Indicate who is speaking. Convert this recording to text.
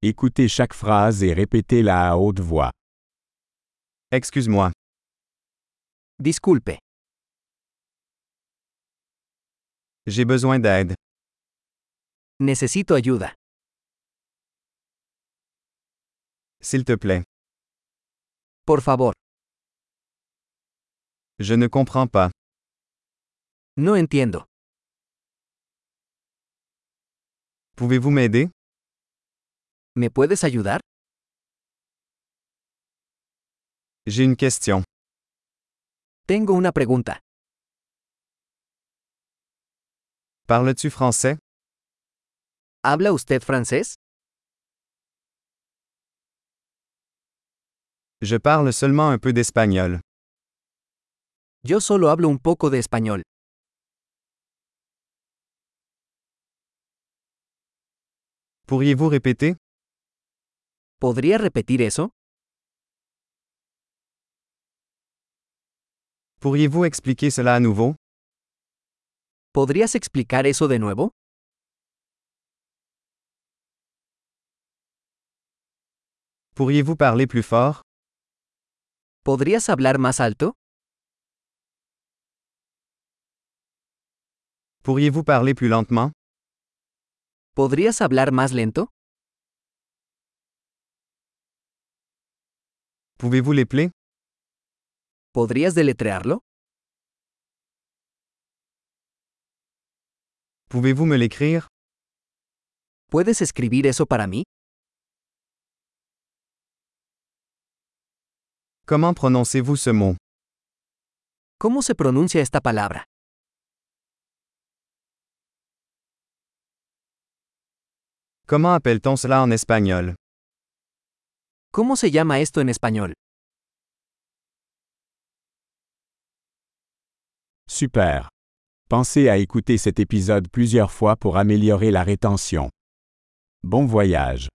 Speaker 1: Écoutez chaque phrase et répétez-la à haute voix.
Speaker 2: Excuse-moi.
Speaker 3: Disculpe,
Speaker 2: J'ai besoin d'aide.
Speaker 3: necesito ayuda.
Speaker 2: S'il te plaît.
Speaker 3: Por favor,
Speaker 2: Je ne comprends pas.
Speaker 3: no entiendo.
Speaker 2: Pouvez-vous m'aider?
Speaker 3: ¿Me puedes ayudar?
Speaker 2: J'ai une question.
Speaker 3: Tengo una pregunta.
Speaker 2: Parles-tu français?
Speaker 3: ¿Habla usted francés?
Speaker 2: Je parle seulement un peu d'espagnol.
Speaker 3: Yo solo hablo un poco de español.
Speaker 2: Pourriez-vous répéter?
Speaker 3: ¿Podría repetir eso?
Speaker 2: Pourriez-vous expliquer cela à nouveau?
Speaker 3: ¿Podrías explicar eso de nuevo?
Speaker 2: Pourriez-vous parler plus fort?
Speaker 3: ¿Podrías hablar más alto?
Speaker 2: Pourriez-vous parler plus lentement?
Speaker 3: ¿Podrías hablar más lento?
Speaker 2: Pouvez-vous l'épeler?
Speaker 3: ¿Podrías deletrearlo?
Speaker 2: Pouvez-vous me l'écrire?
Speaker 3: ¿Puedes escribir eso para mí?
Speaker 2: Comment prononcez-vous ce mot?
Speaker 3: ¿Cómo se pronuncia esta palabra?
Speaker 2: Comment appelle-t-on cela en espagnol?
Speaker 3: ¿Cómo se llama esto en español?
Speaker 1: Super. Pensez à écouter cet épisode plusieurs fois pour améliorer la rétention. Bon voyage.